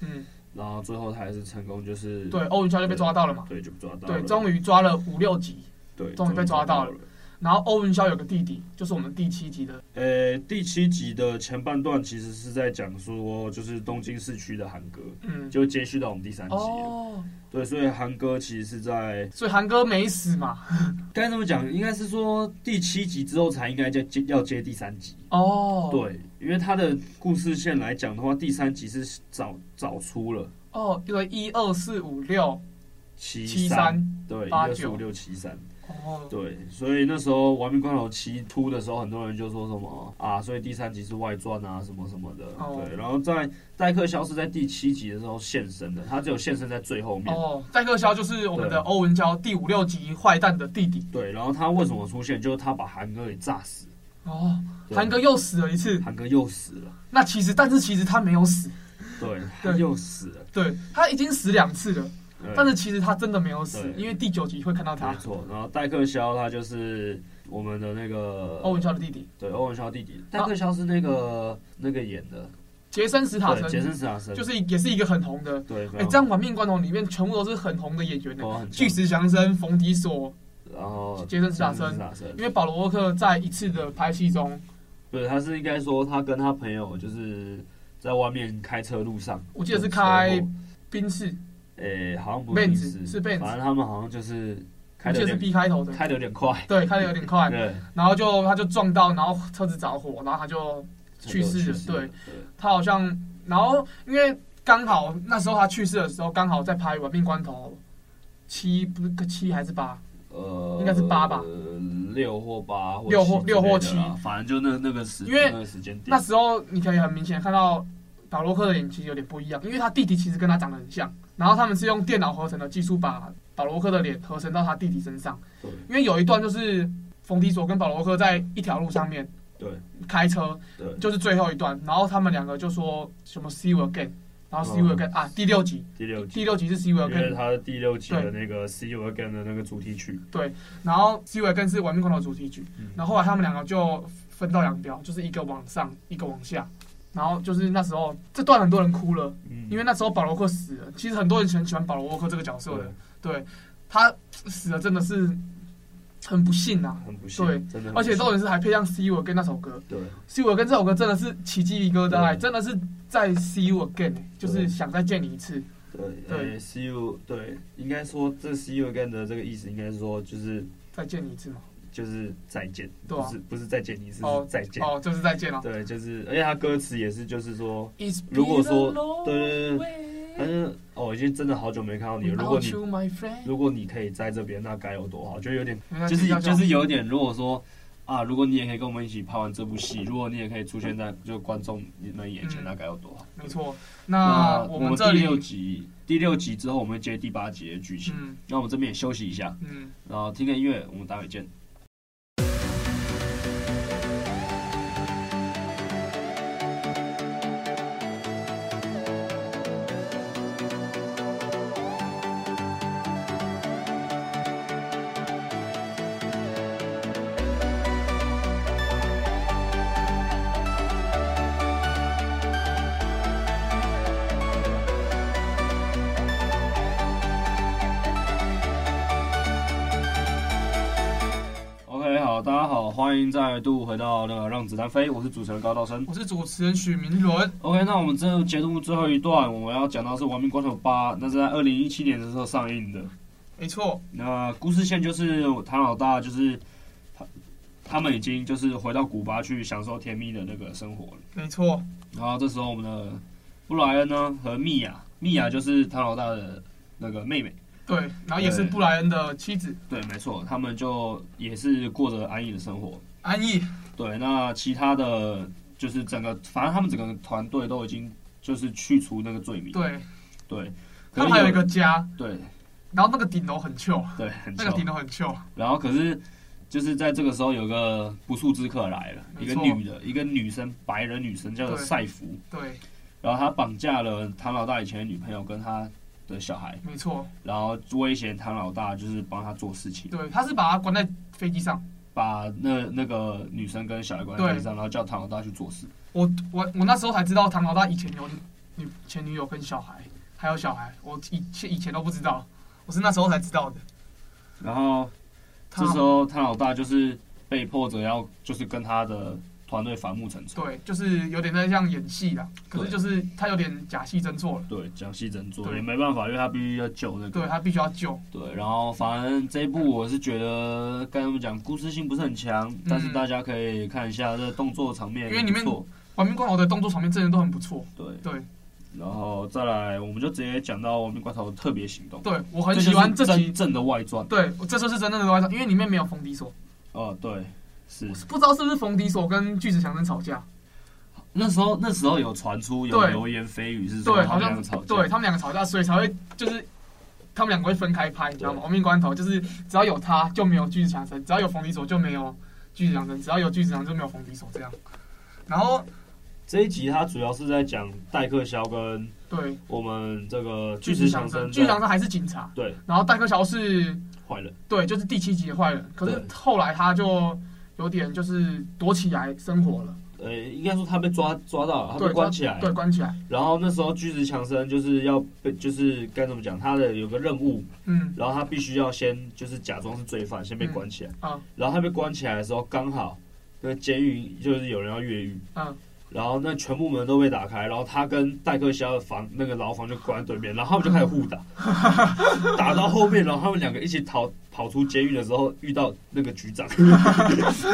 [SPEAKER 3] 嗯，
[SPEAKER 2] 然后最后他还是成功，就是
[SPEAKER 3] 对，欧文肖就被抓到了嘛。
[SPEAKER 2] 对就抓到了，
[SPEAKER 3] 对，终于抓了五六集，
[SPEAKER 2] 对
[SPEAKER 3] 终于被抓到了
[SPEAKER 2] 了。
[SPEAKER 3] 然后欧文肖有个弟弟，就是我们第七集的，
[SPEAKER 2] 呃，第七集的前半段其实是在讲说，就是东京市区的韩哥，
[SPEAKER 3] 嗯，
[SPEAKER 2] 就接续到我们第三集了。
[SPEAKER 3] 哦，
[SPEAKER 2] 对，所以韩哥其实是在
[SPEAKER 3] 所以韩哥没死嘛，
[SPEAKER 2] 该这么讲，应该是说第七集之后才应该接接要接第三集。
[SPEAKER 3] 哦，，
[SPEAKER 2] 对，因为他的故事线来讲的话，第三集是早早出了
[SPEAKER 3] 哦，因为一二四五六
[SPEAKER 2] 七
[SPEAKER 3] 七三，
[SPEAKER 2] 对，一
[SPEAKER 3] 八
[SPEAKER 2] 二四
[SPEAKER 3] 九
[SPEAKER 2] 五六七三，
[SPEAKER 3] 哦，
[SPEAKER 2] 对，所以那时候《亡命关头七》出的时候，很多人就说什么啊，所以第三集是外传啊，什么什么的。
[SPEAKER 3] 哦
[SPEAKER 2] 对，然后在代克消失在第七集的时候现身的，他只有现身在最后面。
[SPEAKER 3] 哦，戴克肖就是我们的
[SPEAKER 2] 对
[SPEAKER 3] 欧文肖第五六集坏蛋的弟弟，
[SPEAKER 2] 对，然后他为什么出现？就是他把韩哥给炸死，
[SPEAKER 3] 哦，
[SPEAKER 2] 对
[SPEAKER 3] 韩哥又死了一次，
[SPEAKER 2] 韩哥又死了，
[SPEAKER 3] 那其实但是其实他没有死，
[SPEAKER 2] 对，他
[SPEAKER 3] 对
[SPEAKER 2] 又死了。
[SPEAKER 3] 对他已经死两次了。
[SPEAKER 2] 对
[SPEAKER 3] 但是其实他真的没有死
[SPEAKER 2] 对，
[SPEAKER 3] 因为第九集会看到他
[SPEAKER 2] 没错，然后戴克肖他就是我们的那个
[SPEAKER 3] 欧文肖的弟弟
[SPEAKER 2] 对欧文肖弟弟，戴克肖是那个那个演的，
[SPEAKER 3] 杰森·斯塔
[SPEAKER 2] 对，杰森
[SPEAKER 3] 森，
[SPEAKER 2] 斯坦森，
[SPEAKER 3] 就是也是一个很红的。
[SPEAKER 2] 对，
[SPEAKER 3] 哎、
[SPEAKER 2] 非常
[SPEAKER 3] 这样《亡命关头》里面全部都是很红的演员呢欸
[SPEAKER 2] 哦很，
[SPEAKER 3] 巨石强森、冯迪索，
[SPEAKER 2] 然后
[SPEAKER 3] 杰森斯坦森
[SPEAKER 2] 森，斯坦森
[SPEAKER 3] 因为保罗沃克在一次的拍戏中，
[SPEAKER 2] 对，他是应该说他跟他朋友就是在外面开车路上，
[SPEAKER 3] 我记得是
[SPEAKER 2] 有车祸
[SPEAKER 3] 开宾士，
[SPEAKER 2] 诶、好像不是
[SPEAKER 3] Benz，
[SPEAKER 2] 宾士
[SPEAKER 3] 是 Benz
[SPEAKER 2] 反正他们好像就是
[SPEAKER 3] 我
[SPEAKER 2] 开的
[SPEAKER 3] 记
[SPEAKER 2] 有
[SPEAKER 3] 得
[SPEAKER 2] 点
[SPEAKER 3] 是 B 开头的，
[SPEAKER 2] 开的有点快，
[SPEAKER 3] 对，开的有点快，
[SPEAKER 2] 对，
[SPEAKER 3] 然后就他就撞到，然后车子着火，然后他就去世了对他好像，然后因为刚好那时候他去世的时候，刚好在拍《亡命关头》七，不是七还是八？
[SPEAKER 2] 呃，
[SPEAKER 3] 应该是八吧
[SPEAKER 2] 呃，六或八或
[SPEAKER 3] 六或
[SPEAKER 2] 七之
[SPEAKER 3] 六或
[SPEAKER 2] 类的啦反正就那那个时，
[SPEAKER 3] 因为
[SPEAKER 2] 那个时间点
[SPEAKER 3] 那，时候你可以很明显看到保罗克的脸其实有点不一样，因为他弟弟其实跟他长得很像，然后他们是用电脑合成的技术把保罗克的脸合成到他弟弟身上
[SPEAKER 2] 对。
[SPEAKER 3] 因为有一段就是冯迪索跟保罗克在一条路上面
[SPEAKER 2] 对
[SPEAKER 3] 开车，
[SPEAKER 2] 对
[SPEAKER 3] 就是最后一段，然后他们两个就说什么 “see you again”，然后 “see you
[SPEAKER 2] 哦
[SPEAKER 3] again”、啊，第六集，
[SPEAKER 2] 第六集，
[SPEAKER 3] 第六集是 “see you
[SPEAKER 2] 因为
[SPEAKER 3] again”，
[SPEAKER 2] 他第六集的
[SPEAKER 3] 对
[SPEAKER 2] 那个《See You Again》的那个主题曲，
[SPEAKER 3] 然后 “see you again” 是《亡命关头》主题曲，
[SPEAKER 2] 嗯
[SPEAKER 3] 然后后来他们两个就分道扬镳，就是一个往上，一个往下。然后就是那时候这段很多人哭了，
[SPEAKER 2] 嗯
[SPEAKER 3] 因为那时候保罗沃克死了。其实很多人很喜欢保罗沃克这个角色的，
[SPEAKER 2] 嗯
[SPEAKER 3] 对他死了真的是很不幸啊。
[SPEAKER 2] 很不幸，
[SPEAKER 3] 对
[SPEAKER 2] 真的很不幸，
[SPEAKER 3] 而且重点是还配上 See You Again 那首歌
[SPEAKER 2] 对，
[SPEAKER 3] ，See You Again 这首歌真的是奇迹疙瘩，
[SPEAKER 2] 对
[SPEAKER 3] 真的是在 See You Again，就是欸想再见你一次。
[SPEAKER 2] 对，
[SPEAKER 3] 对
[SPEAKER 2] 呃，see you，对，应该说这 see you again 的这个意思，应该是说就是
[SPEAKER 3] 再见你一次嘛？
[SPEAKER 2] 就是再见，
[SPEAKER 3] 对啊
[SPEAKER 2] 不是不是再见你，是
[SPEAKER 3] 哦
[SPEAKER 2] 是再见，
[SPEAKER 3] 哦，就是再见了。
[SPEAKER 2] 对，就是，而且他歌词也是就是说，
[SPEAKER 3] It's
[SPEAKER 2] 如果说
[SPEAKER 3] been a long
[SPEAKER 2] 对对对
[SPEAKER 3] way
[SPEAKER 2] 但是哦，已经真的好久没看到你了，如果
[SPEAKER 3] without
[SPEAKER 2] 你
[SPEAKER 3] you, my friend
[SPEAKER 2] 如果你可以在这边，那该有多好，就有点
[SPEAKER 3] 没关系
[SPEAKER 2] 就是
[SPEAKER 3] 叫叫
[SPEAKER 2] 就是有点，如果说啊，如果你也可以跟我们一起拍完这部戏，如果你也可以出现在就观众们眼前，
[SPEAKER 3] 嗯
[SPEAKER 2] 那该有多好。
[SPEAKER 3] 没错。
[SPEAKER 2] 那
[SPEAKER 3] 那
[SPEAKER 2] 我
[SPEAKER 3] 我
[SPEAKER 2] 们
[SPEAKER 3] 们
[SPEAKER 2] 第
[SPEAKER 3] 这
[SPEAKER 2] 六
[SPEAKER 3] 里，
[SPEAKER 2] 集，第六集之后我们会接第八集的剧情。
[SPEAKER 3] 嗯
[SPEAKER 2] 那我们这边也休息一下，
[SPEAKER 3] 嗯。
[SPEAKER 2] 然后听个音乐，我们待会见。OK，好，大家好，欢迎再度回到那个让子弹飞，我是主持人高道生。
[SPEAKER 3] 我是主持人许明伦，
[SPEAKER 2] OK，那我们这节目最后一段我们要讲到是《亡命关头八》，那是在二零一七年的时候上映的。
[SPEAKER 3] 没错，
[SPEAKER 2] 那故事线就是唐老大，就是他他们已经就是回到古巴去享受甜蜜的那个生活了。
[SPEAKER 3] 没错，
[SPEAKER 2] 然后这时候我们的布莱恩呢和蜜雅，蜜雅就是唐老大的那个妹妹。
[SPEAKER 3] 对，然后也是
[SPEAKER 2] 对
[SPEAKER 3] 布莱恩的妻子
[SPEAKER 2] 对，没错，他们就也是过着安逸的生活。
[SPEAKER 3] 安逸，
[SPEAKER 2] 对，那其他的就是整个，反正他们整个团队都已经就是去除那个罪名。
[SPEAKER 3] 对
[SPEAKER 2] 对，
[SPEAKER 3] 他们还有一个家，
[SPEAKER 2] 对
[SPEAKER 3] 然后那个顶楼很旧，
[SPEAKER 2] 对，很
[SPEAKER 3] 那个
[SPEAKER 2] 巧
[SPEAKER 3] 顶楼很旧，
[SPEAKER 2] 然后可是就是在这个时候，有个不速之客来了，一
[SPEAKER 3] 没
[SPEAKER 2] 个
[SPEAKER 3] 错
[SPEAKER 2] 女的，一个女生，白人女生叫做
[SPEAKER 3] 对
[SPEAKER 2] 赛芙，
[SPEAKER 3] 对，
[SPEAKER 2] 然后她绑架了唐老大以前的女朋友跟他的小孩，
[SPEAKER 3] 没错，
[SPEAKER 2] 然后威胁唐老大就是帮他做事情，
[SPEAKER 3] 对，他是把他关在飞机上，
[SPEAKER 2] 把那那个女生跟小孩关在
[SPEAKER 3] 对
[SPEAKER 2] 地上，然后叫唐老大去做事。
[SPEAKER 3] 我我我那时候才知道唐老大以前有女前女友跟小孩，还有小孩，我以前以前都不知道，我是那时候才知道的，
[SPEAKER 2] 然后这
[SPEAKER 3] 他
[SPEAKER 2] 时候唐老大就是被迫着要就是跟他的团队反目成仇，
[SPEAKER 3] 对，就是有点在像演戏啦，可是
[SPEAKER 2] 对
[SPEAKER 3] 就是他有点假戏真做了，
[SPEAKER 2] 对，讲戏真做
[SPEAKER 3] 对
[SPEAKER 2] 也没办法，因为他必须要救那个
[SPEAKER 3] 对他必须要救，
[SPEAKER 2] 对，然后反正这一部我是觉得该怎么讲，故事性不是很强，但是大家可以看一下这动作场面
[SPEAKER 3] 嗯因
[SPEAKER 2] 也
[SPEAKER 3] 为
[SPEAKER 2] 不
[SPEAKER 3] 里面
[SPEAKER 2] 错，
[SPEAKER 3] 亡命关头的动作场面真的都很不错，
[SPEAKER 2] 对，
[SPEAKER 3] 对。
[SPEAKER 2] 然后再来我们就直接讲到《亡命关头》特别行动，
[SPEAKER 3] 对我很喜欢
[SPEAKER 2] 这就
[SPEAKER 3] 这
[SPEAKER 2] 是
[SPEAKER 3] 集
[SPEAKER 2] 真，正的外传，
[SPEAKER 3] 对，我这就是真正的外传，因为里面没有冯迪索，
[SPEAKER 2] 哦，对，是
[SPEAKER 3] 不知道是不是冯迪索跟巨石强森吵架，
[SPEAKER 2] 那时候那时候有传出有
[SPEAKER 3] 对
[SPEAKER 2] 流言蜚语是说
[SPEAKER 3] 对，
[SPEAKER 2] 他
[SPEAKER 3] 好
[SPEAKER 2] 们两
[SPEAKER 3] 像
[SPEAKER 2] 个吵架，
[SPEAKER 3] 对他们两个吵架，所以才会就是他们两个会分开拍，你知道吗？亡命关头就是只要有他就没有巨石强森，只要有冯迪索就没有巨石强森，只要有巨石强森就没有冯迪索这样。然后
[SPEAKER 2] 这一集他主要是在讲戴克肖跟
[SPEAKER 3] 对
[SPEAKER 2] 我们这个
[SPEAKER 3] 巨
[SPEAKER 2] 巨
[SPEAKER 3] 石
[SPEAKER 2] 石
[SPEAKER 3] 强
[SPEAKER 2] 强
[SPEAKER 3] 森，
[SPEAKER 2] 森
[SPEAKER 3] 巨石强森还是警察，
[SPEAKER 2] 对
[SPEAKER 3] 然后戴克乔是
[SPEAKER 2] 坏人，
[SPEAKER 3] 对，就是第七集的坏人，可是
[SPEAKER 2] 对
[SPEAKER 3] 后来他就有点就是躲起来生活了，
[SPEAKER 2] 呃，应该说他被抓抓到了，他哦
[SPEAKER 3] 对
[SPEAKER 2] 被关起来，
[SPEAKER 3] 对，关起来，
[SPEAKER 2] 然后那时候巨石强森就是要被，就是该怎么讲，他的有个任务，
[SPEAKER 3] 嗯
[SPEAKER 2] 然后他必须要先就是假装是罪犯，先被关起来。
[SPEAKER 3] 啊
[SPEAKER 2] 然后他被关起来的时候，刚好那监狱就是有人要越狱，
[SPEAKER 3] 嗯。
[SPEAKER 2] 然后那全部门都被打开，然后他跟戴克肖的房那个牢房就关在对面，然后他们就开始互 打，打到后面，然后他们两个一起逃跑出监狱的时候，遇到那个局 长，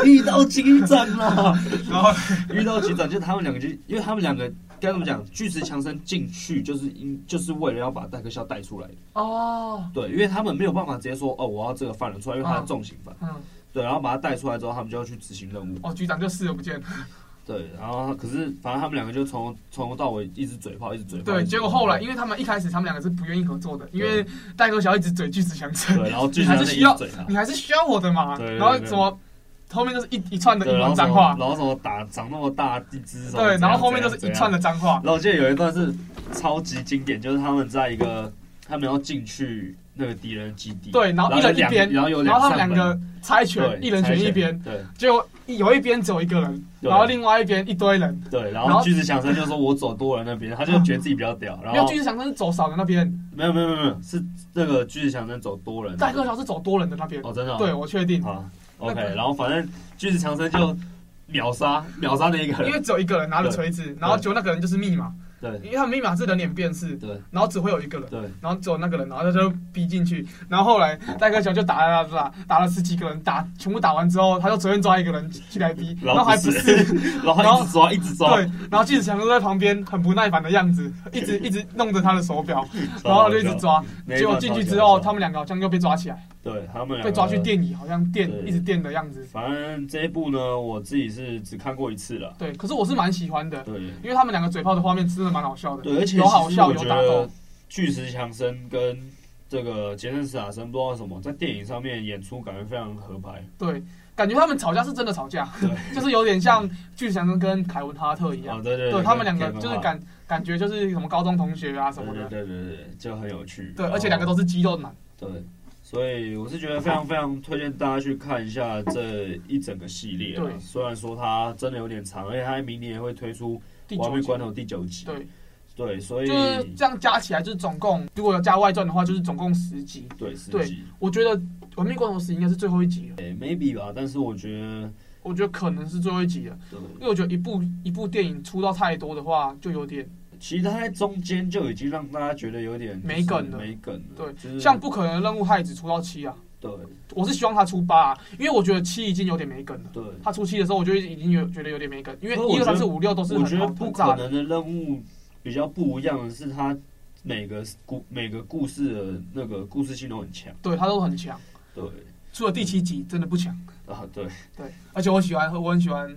[SPEAKER 2] 遇到局长了。
[SPEAKER 3] 然后
[SPEAKER 2] 遇到局长，就是他们两个就，因为他们两个该怎么讲，巨石强森进去就是因就是为了要把戴克肖带出来的，
[SPEAKER 3] 哦，
[SPEAKER 2] 对，因为他们没有办法直接说哦，我要这个犯人出来，因为他是重刑犯，
[SPEAKER 3] 嗯，
[SPEAKER 2] 对，然后把他带出来之后，他们就要去执行任务，
[SPEAKER 3] 哦，局长就视而不见，嗯
[SPEAKER 2] 对，然后他可是反正他们两个就从从头到尾一直嘴炮，一直嘴炮，
[SPEAKER 3] 对，
[SPEAKER 2] 一直
[SPEAKER 3] 结
[SPEAKER 2] 嘴炮
[SPEAKER 3] 果后来，因为他们一开始他们两个是不愿意合作的，因为戴哥小一直嘴巨石强森，
[SPEAKER 2] 对，然后巨
[SPEAKER 3] 你
[SPEAKER 2] 石
[SPEAKER 3] 还
[SPEAKER 2] 强
[SPEAKER 3] 是
[SPEAKER 2] 森
[SPEAKER 3] 需
[SPEAKER 2] 一直
[SPEAKER 3] 要
[SPEAKER 2] 嘴他，
[SPEAKER 3] 你还是需要我的嘛，
[SPEAKER 2] 对对对
[SPEAKER 3] 然后怎么后面就是一一串的
[SPEAKER 2] 对，
[SPEAKER 3] 一
[SPEAKER 2] 然后什
[SPEAKER 3] 串脏
[SPEAKER 2] 么
[SPEAKER 3] 话，
[SPEAKER 2] 然后什么打长那么大一只，什么
[SPEAKER 3] 对，
[SPEAKER 2] 怎
[SPEAKER 3] 然后
[SPEAKER 2] 样
[SPEAKER 3] 后面
[SPEAKER 2] 怎
[SPEAKER 3] 就
[SPEAKER 2] 样
[SPEAKER 3] 是
[SPEAKER 2] 怎
[SPEAKER 3] 一
[SPEAKER 2] 样
[SPEAKER 3] 串的脏话，
[SPEAKER 2] 然后我记得有一段是超级经典，就是他们在一个他们要进去那个敌人基地，
[SPEAKER 3] 对，然后一人一
[SPEAKER 2] 有
[SPEAKER 3] 边，
[SPEAKER 2] 两然后有
[SPEAKER 3] 然后他们
[SPEAKER 2] 扇
[SPEAKER 3] 两个猜拳，
[SPEAKER 2] 门
[SPEAKER 3] 一人选一，边，
[SPEAKER 2] 对猜
[SPEAKER 3] 结果有一边只有一个人，
[SPEAKER 2] 对
[SPEAKER 3] 然后另外一边一堆人，
[SPEAKER 2] 拳对对，然
[SPEAKER 3] 然
[SPEAKER 2] 后
[SPEAKER 3] 后
[SPEAKER 2] 巨石强森就说我走多人那边，他就觉得自己比较屌，然
[SPEAKER 3] 没有
[SPEAKER 2] 后
[SPEAKER 3] 巨石强森是走少人那边，
[SPEAKER 2] 没有没有没有没有是那个巨石强森走多人，
[SPEAKER 3] 戴克乔是走多人的那边，
[SPEAKER 2] 哦真的哦
[SPEAKER 3] 对我确定，
[SPEAKER 2] 好
[SPEAKER 3] 那
[SPEAKER 2] ，OK，
[SPEAKER 3] 个
[SPEAKER 2] 然后反正巨石强森就秒杀秒杀那一个
[SPEAKER 3] 因为
[SPEAKER 2] 人，
[SPEAKER 3] 只有一个人拿着锤子，然后结果那个人就是密码，
[SPEAKER 2] 对
[SPEAKER 3] 因为他们密码是人脸辨识，
[SPEAKER 2] 对
[SPEAKER 3] 然后只会有一个人。
[SPEAKER 2] 对，
[SPEAKER 3] 然后只有那个人，然后他就逼进去，然后后来戴克乔就打打打打打了十几个人，打全部打完之后，他就随便抓一个人进来逼，然后还不
[SPEAKER 2] 不
[SPEAKER 3] 是，
[SPEAKER 2] 然后他一直抓一直 抓，
[SPEAKER 3] 对，然后巨石强森在旁边很不耐烦的样子，一直 一直弄着他的手表，
[SPEAKER 2] 超
[SPEAKER 3] 然
[SPEAKER 2] 好笑
[SPEAKER 3] 后就一 直抓，
[SPEAKER 2] 那一
[SPEAKER 3] 结果
[SPEAKER 2] 段
[SPEAKER 3] 进
[SPEAKER 2] 超
[SPEAKER 3] 去
[SPEAKER 2] 级
[SPEAKER 3] 之
[SPEAKER 2] 好
[SPEAKER 3] 后，
[SPEAKER 2] 笑
[SPEAKER 3] 他们两个好像又被抓起来，
[SPEAKER 2] 对他们两个
[SPEAKER 3] 被抓去电椅，好像电
[SPEAKER 2] 对
[SPEAKER 3] 一直电的样子。
[SPEAKER 2] 反正这一部呢，我自己是只看过一次了。
[SPEAKER 3] 对，可是我是蛮喜欢的，
[SPEAKER 2] 对
[SPEAKER 3] 因为他们两个嘴炮的画面真的蛮好笑的，
[SPEAKER 2] 对，而且
[SPEAKER 3] 有好
[SPEAKER 2] 其实
[SPEAKER 3] 笑
[SPEAKER 2] 我
[SPEAKER 3] 有
[SPEAKER 2] 觉
[SPEAKER 3] 打斗
[SPEAKER 2] 得，巨石强森跟这个杰森·斯坦森不知道为什么，在电影上面演出感觉非常合拍。
[SPEAKER 3] 对，感觉他们吵架是真的吵架，
[SPEAKER 2] 对
[SPEAKER 3] 就是有点像巨石强森跟凯文哈特一
[SPEAKER 2] 啊，
[SPEAKER 3] 样，
[SPEAKER 2] 对对
[SPEAKER 3] 对他们两个就是
[SPEAKER 2] 感
[SPEAKER 3] 感感觉就是什么高中同学啊什
[SPEAKER 2] 对
[SPEAKER 3] 么
[SPEAKER 2] 对
[SPEAKER 3] 的，
[SPEAKER 2] 对对对，就很有趣。啊
[SPEAKER 3] 对，
[SPEAKER 2] 然后
[SPEAKER 3] 而且两个都是肌肉男，
[SPEAKER 2] 对。所以我是觉得非常非常推荐大家去看一下这一整个系列啊。
[SPEAKER 3] 对
[SPEAKER 2] 虽然说它真的有点长，而且它明年也会推出
[SPEAKER 3] 第
[SPEAKER 2] 《完
[SPEAKER 3] 九
[SPEAKER 2] 美
[SPEAKER 3] 集
[SPEAKER 2] 关头》第九集。
[SPEAKER 3] 对，
[SPEAKER 2] 对，所以
[SPEAKER 3] 就是这样加起来就是总共，如果有加外传的话，就是总共十集。
[SPEAKER 2] 对十
[SPEAKER 3] 对
[SPEAKER 2] 集，
[SPEAKER 3] 我觉得《文明光头十》应该是最后一集了，
[SPEAKER 2] 诶、m a y b e 吧，但是我觉得，
[SPEAKER 3] 我觉得可能是最后一集了，
[SPEAKER 2] 对，
[SPEAKER 3] 因为我觉得一部一部电影出到太多的话，就有点
[SPEAKER 2] 其实他在中间就已经让大家觉得有点就是
[SPEAKER 3] 没梗了
[SPEAKER 2] 没梗了，
[SPEAKER 3] 对
[SPEAKER 2] 就是
[SPEAKER 3] 像不可能的任务，他也只出到七啊。
[SPEAKER 2] 对
[SPEAKER 3] 我是希望他出八、啊，因为我觉得七已经有点没梗了。
[SPEAKER 2] 对，
[SPEAKER 3] 他出七的时候，我就已经有觉得有点没梗，因为
[SPEAKER 2] 不过我
[SPEAKER 3] 一
[SPEAKER 2] 觉得
[SPEAKER 3] 二三四五六都是
[SPEAKER 2] 我觉
[SPEAKER 3] 很
[SPEAKER 2] 得
[SPEAKER 3] 好
[SPEAKER 2] 不
[SPEAKER 3] 很
[SPEAKER 2] 可
[SPEAKER 3] 炸的。
[SPEAKER 2] 能的任务比较不一样的是，他每个故每个故事的那个故事性都很强，
[SPEAKER 3] 对他都很强，
[SPEAKER 2] 对
[SPEAKER 3] 除了第七集真的不强。
[SPEAKER 2] 啊对，
[SPEAKER 3] 对，而且我喜欢，我很喜欢，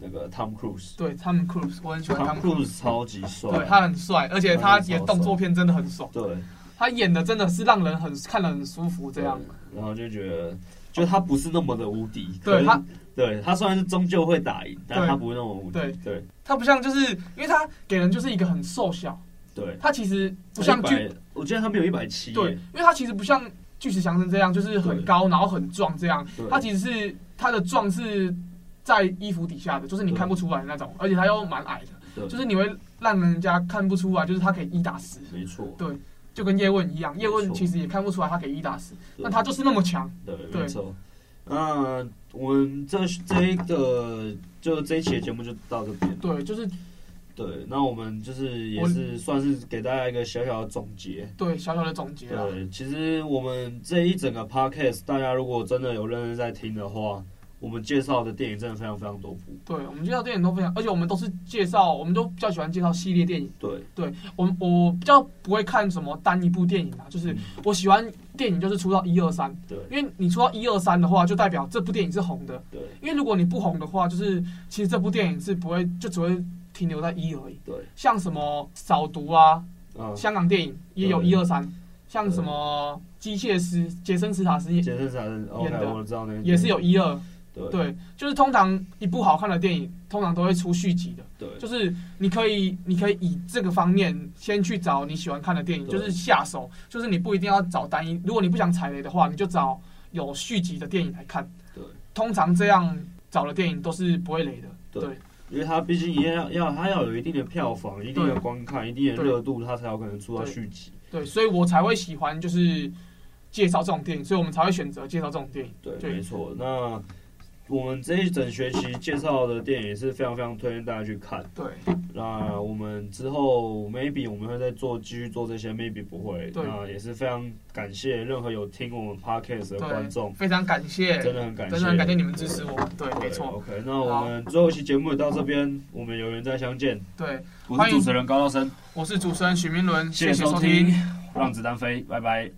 [SPEAKER 2] 那个 Tom Cruise，
[SPEAKER 3] 对他们 Cruise，我很喜欢
[SPEAKER 2] Tom
[SPEAKER 3] 他们。
[SPEAKER 2] Cruise 超级帅，
[SPEAKER 3] 对他很帅，而且他演动作片真的很爽，
[SPEAKER 2] 对
[SPEAKER 3] 他演的真的是让人很看了很舒服这样。
[SPEAKER 2] 对然后就觉得。就他不是那么的无敌，
[SPEAKER 3] 对
[SPEAKER 2] 可是
[SPEAKER 3] 他，
[SPEAKER 2] 对他虽然是终究会打赢，但
[SPEAKER 3] 对
[SPEAKER 2] 他不会那么无敌，
[SPEAKER 3] 对
[SPEAKER 2] 对
[SPEAKER 3] 他不像就是因为他给人就是一个很瘦小，
[SPEAKER 2] 对，
[SPEAKER 3] 他其实不像巨
[SPEAKER 2] 100我记得他们有一百七，
[SPEAKER 3] 对，因为他其实不像巨石强森这样，就是很
[SPEAKER 2] 对
[SPEAKER 3] 高然后很壮这样
[SPEAKER 2] 对，
[SPEAKER 3] 他其实是他的壮是在衣服底下的，就是你
[SPEAKER 2] 对
[SPEAKER 3] 看不出来的那种，而且他又蛮矮的，
[SPEAKER 2] 对
[SPEAKER 3] 就是你会让人家看不出来，就是他可以一打十，
[SPEAKER 2] 没错，
[SPEAKER 3] 就跟叶问一样，叶问
[SPEAKER 2] 错
[SPEAKER 3] 其实也看不出来他可以一打十，
[SPEAKER 2] 对
[SPEAKER 3] 那他就是那么强，
[SPEAKER 2] 对，
[SPEAKER 3] 对
[SPEAKER 2] 没错。那我们这这一个就这一期的节目就到这边。
[SPEAKER 3] 对，就是
[SPEAKER 2] 对，那我们就是也是算是给大家一个小小的总结。
[SPEAKER 3] 对小小的总结啊，
[SPEAKER 2] 对，其实我们这一整个 podcast，大家如果真的有认真在听的话，我们介绍的电影真的非常非常多部。
[SPEAKER 3] 对，我们介绍电影都非常，而且我们都是介绍，我们都比较喜欢介绍系列电影。
[SPEAKER 2] 对，
[SPEAKER 3] 我我比较不会看什么单一部电影啊，就是
[SPEAKER 2] 嗯
[SPEAKER 3] 我喜欢电影就是出到一二三，
[SPEAKER 2] 对
[SPEAKER 3] 因为你出到一二三的话，就代表这部电影是红的，
[SPEAKER 2] 对，
[SPEAKER 3] 因为如果你不红的话，就是其实这部电影是不会就只会停留在一而已，
[SPEAKER 2] 对，
[SPEAKER 3] 像什么扫毒啊，
[SPEAKER 2] 啊，
[SPEAKER 3] 香港电影也有
[SPEAKER 2] 对
[SPEAKER 3] 一二三，像什么机械师杰森·斯塔斯也
[SPEAKER 2] 杰森·斯坦森
[SPEAKER 3] 演
[SPEAKER 2] ，OK，
[SPEAKER 3] 的
[SPEAKER 2] 我知道那个
[SPEAKER 3] 也是有一二，
[SPEAKER 2] 对
[SPEAKER 3] 对，就是通常一部好看的电影，通常都会出续集的。
[SPEAKER 2] 对
[SPEAKER 3] 就是你可以，你可以以这个方面先去找你喜欢看的电影，
[SPEAKER 2] 对
[SPEAKER 3] 就是下手，就是你不一定要找单一。如果你不想踩雷的话，你就找有续集的电影来看。
[SPEAKER 2] 对，
[SPEAKER 3] 通常这样找的电影都是不会雷的。
[SPEAKER 2] 对因为它毕竟也要要它要有一定的票房、一定的观看、一定的热度，它才有可能出到续集。
[SPEAKER 3] 对，所以我才会喜欢就是介绍这种电影，所以我们才会选择介绍这种电影。
[SPEAKER 2] 对，
[SPEAKER 3] 对
[SPEAKER 2] 没错。那我们这一整学期介绍的电影也是非常非常推荐大家去看。
[SPEAKER 3] 对
[SPEAKER 2] 那我们之后 maybe 我们会再做继续做这些，maybe 不会。
[SPEAKER 3] 对
[SPEAKER 2] 那也是非常感谢任何有听我们 podcast 的观
[SPEAKER 3] 对，
[SPEAKER 2] 众，
[SPEAKER 3] 非常感谢，
[SPEAKER 2] 真的很感谢，
[SPEAKER 3] 真的很感谢你们支持我们。对，
[SPEAKER 2] 对。
[SPEAKER 3] 没错，
[SPEAKER 2] OK，那我们最后一期节目也到这边，我们有缘再相见。
[SPEAKER 3] 对，
[SPEAKER 2] 我
[SPEAKER 3] 欢
[SPEAKER 2] 是
[SPEAKER 3] 迎
[SPEAKER 2] 主持人高道生，
[SPEAKER 3] 我是主持人许明伦，
[SPEAKER 2] 谢谢
[SPEAKER 3] 收
[SPEAKER 2] 收听，让子弹飞，拜拜。